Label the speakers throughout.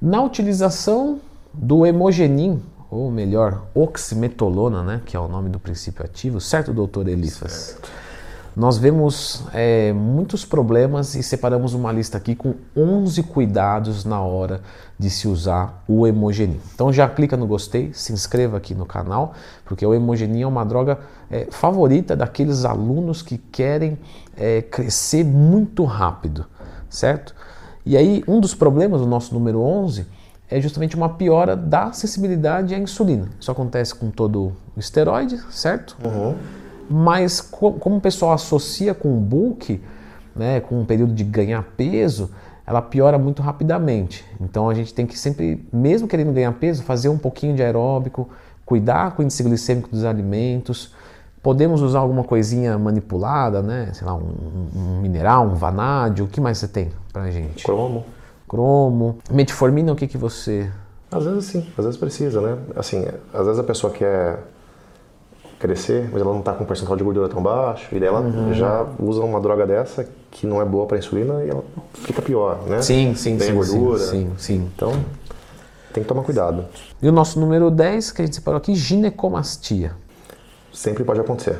Speaker 1: Na utilização do hemogenin, ou melhor, oximetolona, né, que é o nome do princípio ativo, certo, doutor Elifas? Nós vemos é, muitos problemas e separamos uma lista aqui com 11 cuidados na hora de se usar o hemogenin. Então já clica no gostei, se inscreva aqui no canal, porque o hemogenin é uma droga é, favorita daqueles alunos que querem é, crescer muito rápido, certo? E aí um dos problemas, o nosso número 11, é justamente uma piora da sensibilidade à insulina. Isso acontece com todo o esteroide, certo? Mas co- como o pessoal associa com o bulk, né, com um período de ganhar peso, ela piora muito rapidamente. Então a gente tem que sempre, mesmo querendo ganhar peso, fazer um pouquinho de aeróbico, cuidar com o índice glicêmico dos alimentos. Podemos usar alguma coisinha manipulada, né? Sei lá, um, um mineral, um vanádio, o que mais você tem pra gente?
Speaker 2: Cromo.
Speaker 1: Cromo, metformina, o que que você
Speaker 2: Às vezes sim, às vezes precisa, né? Assim, às vezes a pessoa quer crescer, mas ela não tá com um percentual de gordura tão baixo, e daí ela
Speaker 1: Uhum.
Speaker 2: já usa uma droga dessa que não é boa pra insulina e ela fica pior, né?
Speaker 1: Sim, sim,
Speaker 2: Tem
Speaker 1: sim,
Speaker 2: gordura.
Speaker 1: sim, sim, sim.
Speaker 2: Então, tem que tomar cuidado.
Speaker 1: E o nosso número 10 que a gente separou aqui, ginecomastia.
Speaker 2: Sempre pode acontecer.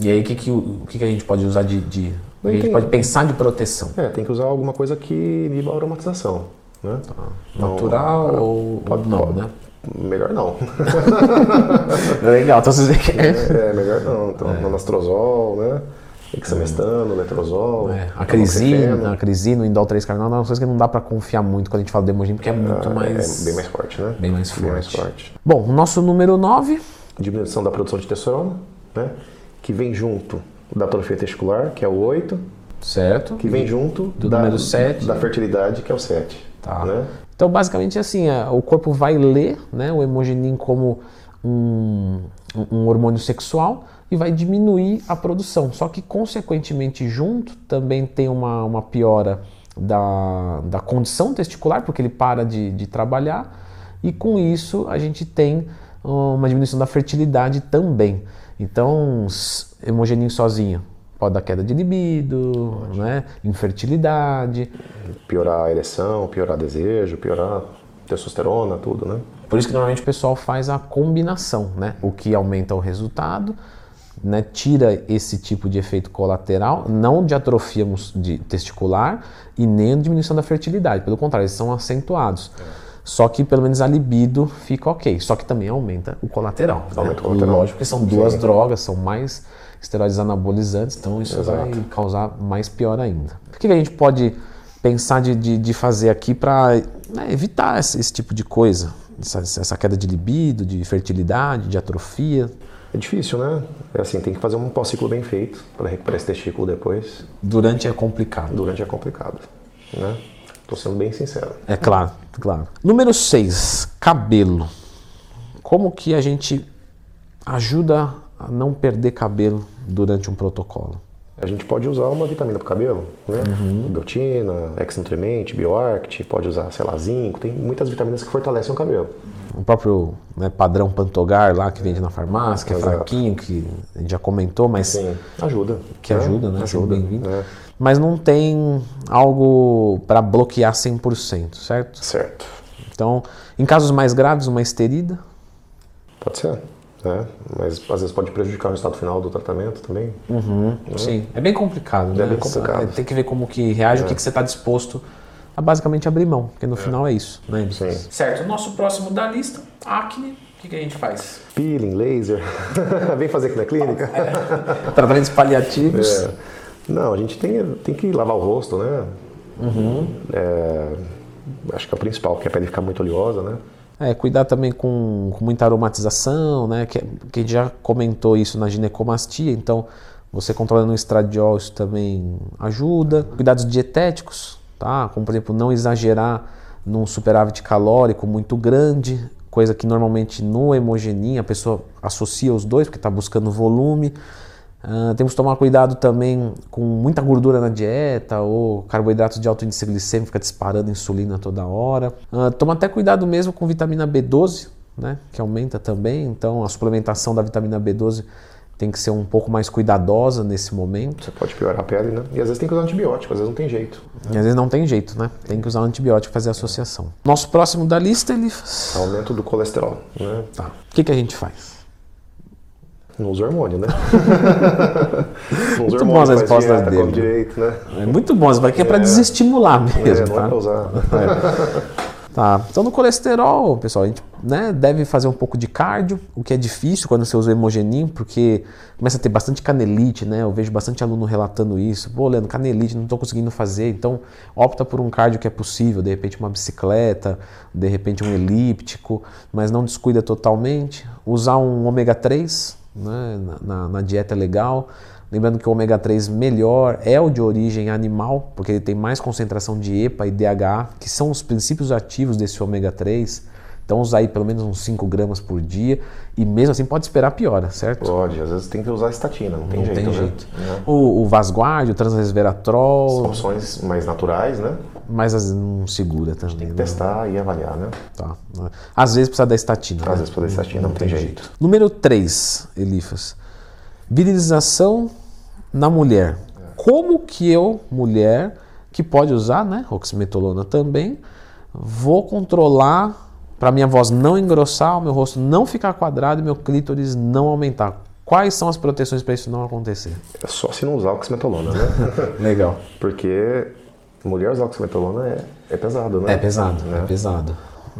Speaker 1: E aí o que, que, o o que, que a gente pode usar de. de- o que a gente
Speaker 2: tem-
Speaker 1: pode pensar de proteção.
Speaker 2: É, tem que usar alguma coisa que iniba a aromatização, né? Não-
Speaker 1: Natural ou, ou não,
Speaker 2: pode.
Speaker 1: né?
Speaker 2: Melhor não.
Speaker 1: Legal, então vocês veem que é.
Speaker 2: É, melhor não. Então, anastrozol, né? Examestano, letrozol.
Speaker 1: É, A crisina,
Speaker 2: tamoxifeno.
Speaker 1: a crisina, o indol 3 carnal, não, é uma coisa que não dá pra confiar muito quando a gente fala de hemoglobina, porque é muito mais.
Speaker 2: É bem mais forte, né?
Speaker 1: bem mais
Speaker 2: Bem mais
Speaker 1: forte.
Speaker 2: forte.
Speaker 1: Bom, o nosso número 9,
Speaker 2: Diminuição da produção de testosterona, né? Que vem junto da atrofia testicular, que é o 8,
Speaker 1: certo?
Speaker 2: que vem junto
Speaker 1: Uhum. Do
Speaker 2: da,
Speaker 1: número sete.
Speaker 2: da fertilidade, que é o 7.
Speaker 1: Tá.
Speaker 2: Né?
Speaker 1: Então, basicamente, assim, a- o corpo vai ler né, o hemogenin como um, um- um hormônio sexual e vai diminuir a produção. Só que, consequentemente, junto também tem uma, uma piora da, da condição testicular, porque ele para de, de trabalhar, e com isso a gente tem ah, uma diminuição da fertilidade também. Então, s- hemogenin sozinho pode dar queda de libido, né, infertilidade.
Speaker 2: Piorar a ereção, piorar desejo, piorar testosterona, tudo, né?
Speaker 1: Por isso que normalmente o pessoal faz a combinação, né? O que aumenta o resultado, né? Tira esse tipo de efeito colateral, não de atrofia mus- de testicular e nem diminuição da fertilidade. Pelo contrário, eles são acentuados.
Speaker 2: É.
Speaker 1: Só que pelo menos a libido fica ok. Só que também aumenta o colateral. né?
Speaker 2: Aumenta o colateral.
Speaker 1: Lógico que são duas drogas, são mais esteroides anabolizantes, então isso vai causar mais pior ainda. O que que a gente pode pensar de, de, de fazer aqui para evitar esse, esse tipo de coisa? Essa, essa queda de libido, de fertilidade, de atrofia
Speaker 2: É difícil, né? É assim, tem que fazer um pós-ciclo bem feito para recuperar esse testículo depois.
Speaker 1: durante é complicado.
Speaker 2: Durante é complicado, né? Tô sendo bem sincero.
Speaker 1: É claro, claro. Número 6, cabelo. Como que a gente ajuda a não perder cabelo durante um protocolo?
Speaker 2: A gente pode usar uma vitamina pro cabelo, né?
Speaker 1: Uhum.
Speaker 2: Biotina, ex-nutrimente, bioarct, pode usar, sei lá, zinco. Tem muitas vitaminas que fortalecem o cabelo.
Speaker 1: o próprio né, padrão Pantogar lá que vende na farmácia, que é
Speaker 2: Exato.
Speaker 1: fraquinho, que a gente já comentou, mas
Speaker 2: Sim. Ajuda.
Speaker 1: que ajuda, né? Ajuda. Bem-vindo.
Speaker 2: né?
Speaker 1: Mas não tem algo para bloquear 100%, certo?
Speaker 2: Certo.
Speaker 1: Então, em casos mais graves, uma esterida,
Speaker 2: Pode ser, né? Mas às vezes pode prejudicar o resultado final do tratamento também.
Speaker 1: Sim, é bem complicado, né?
Speaker 2: bem
Speaker 1: Como-
Speaker 2: complicado. É.
Speaker 1: Tem que ver como que reage, o que, que você está disposto a basicamente abrir mão, porque no final é isso, né?
Speaker 2: Sim.
Speaker 1: Certo, o nosso próximo da lista, acne, o que, que a gente faz?
Speaker 2: Peeling, laser. Vem fazer aqui na clínica.
Speaker 1: É. Tratamentos paliativos.
Speaker 2: É. Não, a gente tem, tem que lavar o rosto, né?
Speaker 1: Uhum.
Speaker 2: É, acho que é o principal, porque a pele fica muito oleosa, né?
Speaker 1: É, cuidar também com, com muita aromatização, né? Que, que a gente já comentou isso na ginecomastia, então você controlando o estradiol, isso também ajuda. Cuidados dietéticos, tá? Como por exemplo, não exagerar num superávit calórico muito grande, coisa que normalmente no hemogenin a pessoa associa os dois, porque está buscando volume. Ah, temos que tomar cuidado também com muita gordura na dieta ou carboidratos de alto índice glicêmico, fica disparando insulina toda hora. Ah, toma até cuidado mesmo com vitamina B12, né, que aumenta também, então a suplementação da vitamina B12 tem que ser um pouco mais cuidadosa nesse momento.
Speaker 2: Você pode piorar a pele, né? E às vezes tem que usar antibiótico, às vezes não tem jeito.
Speaker 1: E às vezes não tem jeito, né? Tem que usar um antibiótico fazer associação. Nosso próximo da lista, ele. O
Speaker 2: É um Aumento do colesterol, né?
Speaker 1: que, que a gente faz?
Speaker 2: Não usa hormônio, né? Não usa
Speaker 1: Muito
Speaker 2: hormônio,
Speaker 1: boas
Speaker 2: faz
Speaker 1: respostas
Speaker 2: dieta,
Speaker 1: dele,
Speaker 2: come
Speaker 1: né?
Speaker 2: direito, né?
Speaker 1: É muito bom, isso aqui é para desestimular
Speaker 2: É,
Speaker 1: mesmo,
Speaker 2: não é
Speaker 1: tá?
Speaker 2: pra usar.
Speaker 1: Tá. Então no colesterol, pessoal, a gente né, deve fazer um pouco de cardio, o que é difícil quando você usa o hemogenin, porque começa a ter bastante canelite, né? Eu vejo bastante aluno relatando isso. Pô, Leandro, canelite, não estou conseguindo fazer. Então opta por um cardio que é possível, de repente uma bicicleta, de repente um elíptico, mas não descuida totalmente. Usar um ômega 3 né, na- na, na dieta é legal. Lembrando que o ômega 3 melhor é o de origem animal, porque ele tem mais concentração de EPA e DHA, que são os princípios ativos desse ômega 3. Então usar aí pelo menos uns 5 gramas por dia e mesmo assim pode esperar piora, certo?
Speaker 2: Pode, às vezes tem que usar estatina, não tem
Speaker 1: Não
Speaker 2: jeito,
Speaker 1: tem
Speaker 2: né?
Speaker 1: jeito.
Speaker 2: Né?
Speaker 1: O, o Vasguard, o transresveratrol,
Speaker 2: Opções mais naturais, né?
Speaker 1: mas às vezes não segura também, né?
Speaker 2: Testar e avaliar, né?
Speaker 1: Tá. Às vezes precisa da estatina. né?
Speaker 2: Às vezes fazer estatina não, tem jeito.
Speaker 1: Número 3, Elifas. Virilização na mulher. Como que eu, mulher, que pode usar, né? Oximetolona também, vou controlar para minha voz não engrossar, o meu rosto não ficar quadrado e meu clítoris não aumentar. Quais são as proteções para isso não acontecer?
Speaker 2: É só se não usar oximetolona, né?
Speaker 1: Legal.
Speaker 2: Porque mulher usar oximetolona é, é pesado, né?
Speaker 1: É pesado,
Speaker 2: Né?
Speaker 1: é pesado.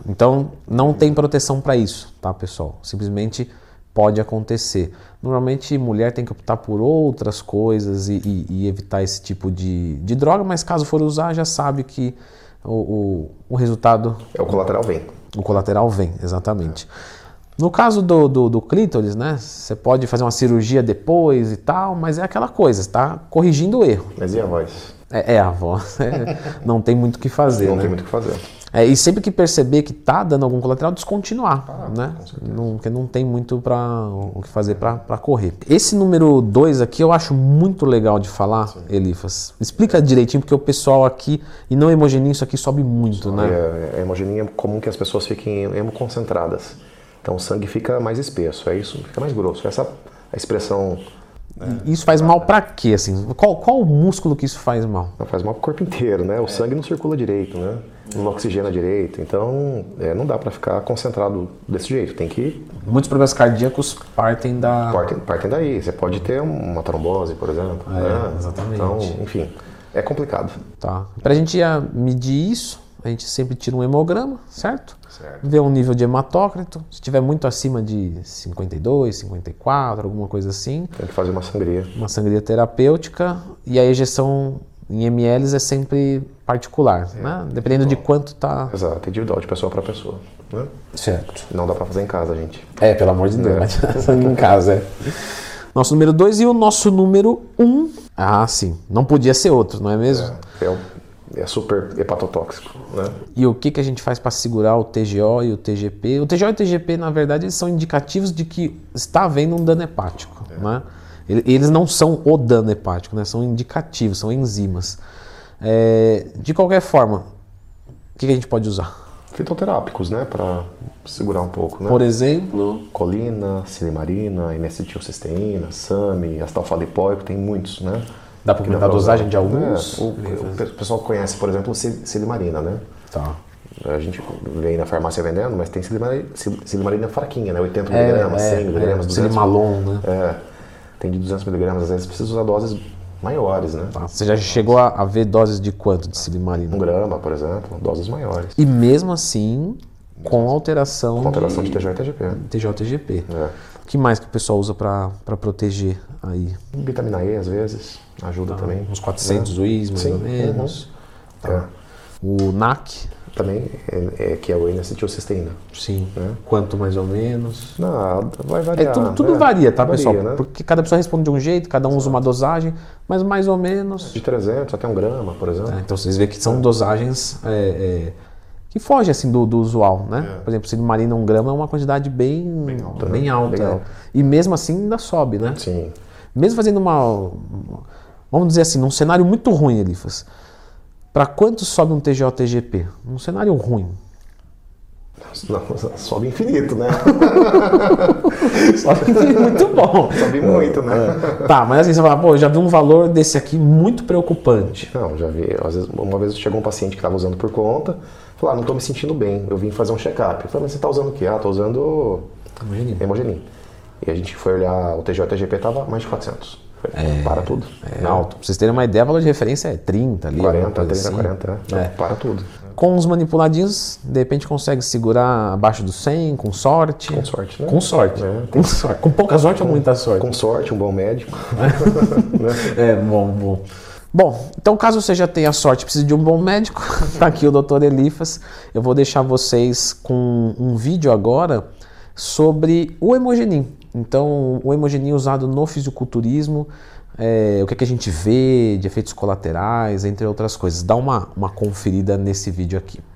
Speaker 1: Então não tem proteção para isso, tá, pessoal? Simplesmente pode acontecer. Normalmente mulher tem que optar por outras coisas e, e- e evitar esse tipo de, de droga, mas caso for usar, já sabe que o, o, o resultado,
Speaker 2: É o colateral vem.
Speaker 1: o colateral vem, exatamente. No caso do, do, do clítoris, né? Você pode fazer uma cirurgia depois e tal, mas é aquela coisa, tá? Corrigindo o erro.
Speaker 2: Mas e a voz?
Speaker 1: É, é a voz. é, não tem muito o que fazer.
Speaker 2: Não
Speaker 1: né?
Speaker 2: tem muito o que fazer.
Speaker 1: É, e sempre que perceber que tá dando algum colateral, descontinuar, né? Não, porque não tem muito para o que fazer para correr. Esse número 2 aqui eu acho muito legal de falar, Elifas. Explica direitinho, porque o pessoal aqui, e não hemogeninho, isso aqui sobe muito, né?
Speaker 2: É, a hemogenia é comum que as pessoas fiquem hemoconcentradas. Então o sangue fica mais espesso, é isso, fica mais grosso. Essa a expressão
Speaker 1: E Isso faz mal para quê, assim? Qual, qual o músculo que isso faz mal?
Speaker 2: Não, faz mal pro corpo inteiro, né? O
Speaker 1: É.
Speaker 2: sangue não circula direito, né? Não oxigena direito. Então, é, não dá para ficar concentrado desse jeito. Tem que
Speaker 1: Muitos problemas cardíacos partem da...
Speaker 2: partem, partem daí. Você pode ter um, uma trombose, por exemplo.
Speaker 1: É,
Speaker 2: né?
Speaker 1: exatamente.
Speaker 2: Então, enfim, é complicado.
Speaker 1: Tá. Pra gente ah, medir isso, a gente sempre tira um hemograma, certo?
Speaker 2: Certo.
Speaker 1: Vê um nível de hematócrito. Se tiver muito acima de 52, 54, alguma coisa assim,
Speaker 2: Tem que fazer uma sangria.
Speaker 1: uma sangria terapêutica. E a ejeção em ml é sempre particular, né? Dependendo de quanto tá.
Speaker 2: Exato, é individual de pessoa para pessoa. Né?
Speaker 1: Certo.
Speaker 2: Não dá para fazer em casa, gente.
Speaker 1: É, pelo amor de Deus, vai tirar sangue em casa, é. Nosso número 2 e o nosso número 1. Um. Ah, sim. Não podia ser outro, não é mesmo?
Speaker 2: É, o- é super hepatotóxico, né?
Speaker 1: E o que, que a gente faz para segurar o TGO e o TGP? O TGO e o TGP, na verdade, eles são indicativos de que está havendo um dano hepático. Né? Ele- Eles não são o dano hepático, né? são indicativos, são enzimas. É, de qualquer forma, o que, que a gente pode usar?
Speaker 2: Fitoterápicos, né? Para segurar um pouco, né?
Speaker 1: Por exemplo,
Speaker 2: Colina, silimarina, N-acetilcisteína, SAMI, astalfalipóico, tem muitos, né?
Speaker 1: dá para
Speaker 2: Que dá
Speaker 1: aumentar a
Speaker 2: pra
Speaker 1: dosagem
Speaker 2: usar.
Speaker 1: de alguns?
Speaker 2: É, o, o pe- o pessoal conhece, por exemplo, sil- silimarina, né?
Speaker 1: Tá.
Speaker 2: A gente vê aí na farmácia vendendo, mas tem silimarina, silimarina fraquinha, né? 80
Speaker 1: É,
Speaker 2: miligramas, 100
Speaker 1: é, é,
Speaker 2: miligramas, 200
Speaker 1: Silimalon, né?
Speaker 2: É, tem de 200 miligramas, às vezes precisa usar doses maiores, né?
Speaker 1: Tá. Você já chegou a, a ver doses de quanto de silimarina?
Speaker 2: Um grama, por exemplo, doses maiores.
Speaker 1: E mesmo assim, com alteração,
Speaker 2: Com alteração de TGO e TGP.
Speaker 1: TGO-TGP.
Speaker 2: É.
Speaker 1: O que mais que o pessoal usa pra pra proteger aí?
Speaker 2: Vitamina E, às vezes, ajuda também. né?
Speaker 1: Uns 400 UIs, mais
Speaker 2: Sim,
Speaker 1: ou menos.
Speaker 2: É.
Speaker 1: Uhum. Tá. O NAC,
Speaker 2: Também, é, é, que é o N-acetilcisteína.
Speaker 1: sim. Quanto mais ou menos?
Speaker 2: Não, vai
Speaker 1: É,
Speaker 2: variar.
Speaker 1: tudo tudo
Speaker 2: né?
Speaker 1: varia, tá,
Speaker 2: Varia,
Speaker 1: pessoal?
Speaker 2: né?
Speaker 1: Porque cada pessoa responde de um jeito, cada um usa uma dosagem, mas mais ou menos.
Speaker 2: De 300 até um grama, por exemplo.
Speaker 1: É, Então vocês veem que são dosagens é, é, que fogem assim do, do usual, né? Por exemplo, silimarina 1 grama é uma quantidade bem, bem alta.
Speaker 2: né? Bem
Speaker 1: é.
Speaker 2: alta.
Speaker 1: E mesmo assim ainda sobe, né?
Speaker 2: Sim.
Speaker 1: Mesmo fazendo uma. Vamos dizer assim, num cenário muito ruim, Elifas. Para quanto sobe um TGO-TGP? Num cenário ruim.
Speaker 2: Não, sobe infinito, né?
Speaker 1: Sobe infinito, muito bom.
Speaker 2: Sobe muito, né?
Speaker 1: Tá, mas assim, você fala, pô, eu já vi um valor desse aqui muito preocupante.
Speaker 2: Não, já vi. Às vezes, uma vez chegou um paciente que estava usando por conta, falou, ah, não estou me sentindo bem, eu vim fazer um check-up. Eu falei, mas você está usando o quê? Ah, estou usando
Speaker 1: Imagina.
Speaker 2: hemogenin. E a gente foi olhar o TG, o TGP estava mais de 400. Eu Falei, para tudo.
Speaker 1: É alto. Pra vocês terem uma ideia, o valor de referência é 30 ali.
Speaker 2: 40,
Speaker 1: alguma coisa
Speaker 2: 30,
Speaker 1: assim.
Speaker 2: 40, né? Não, para tudo.
Speaker 1: Com os manipuladinhos, de repente consegue segurar abaixo dos 100, com sorte.
Speaker 2: Com sorte, né?
Speaker 1: Com sorte.
Speaker 2: É,
Speaker 1: com, sorte. com pouca sorte ou muita sorte?
Speaker 2: Com sorte, um bom médico.
Speaker 1: É, bom, bom. Bom, então caso você já tenha sorte e precise de um bom médico, tá aqui o Dr. Elifas. Eu vou deixar vocês com um vídeo agora sobre o hemogenin. Então, o hemogenin usado no fisiculturismo, é, o que, é que a gente vê de efeitos colaterais, entre outras coisas. Dá uma, uma conferida nesse vídeo aqui.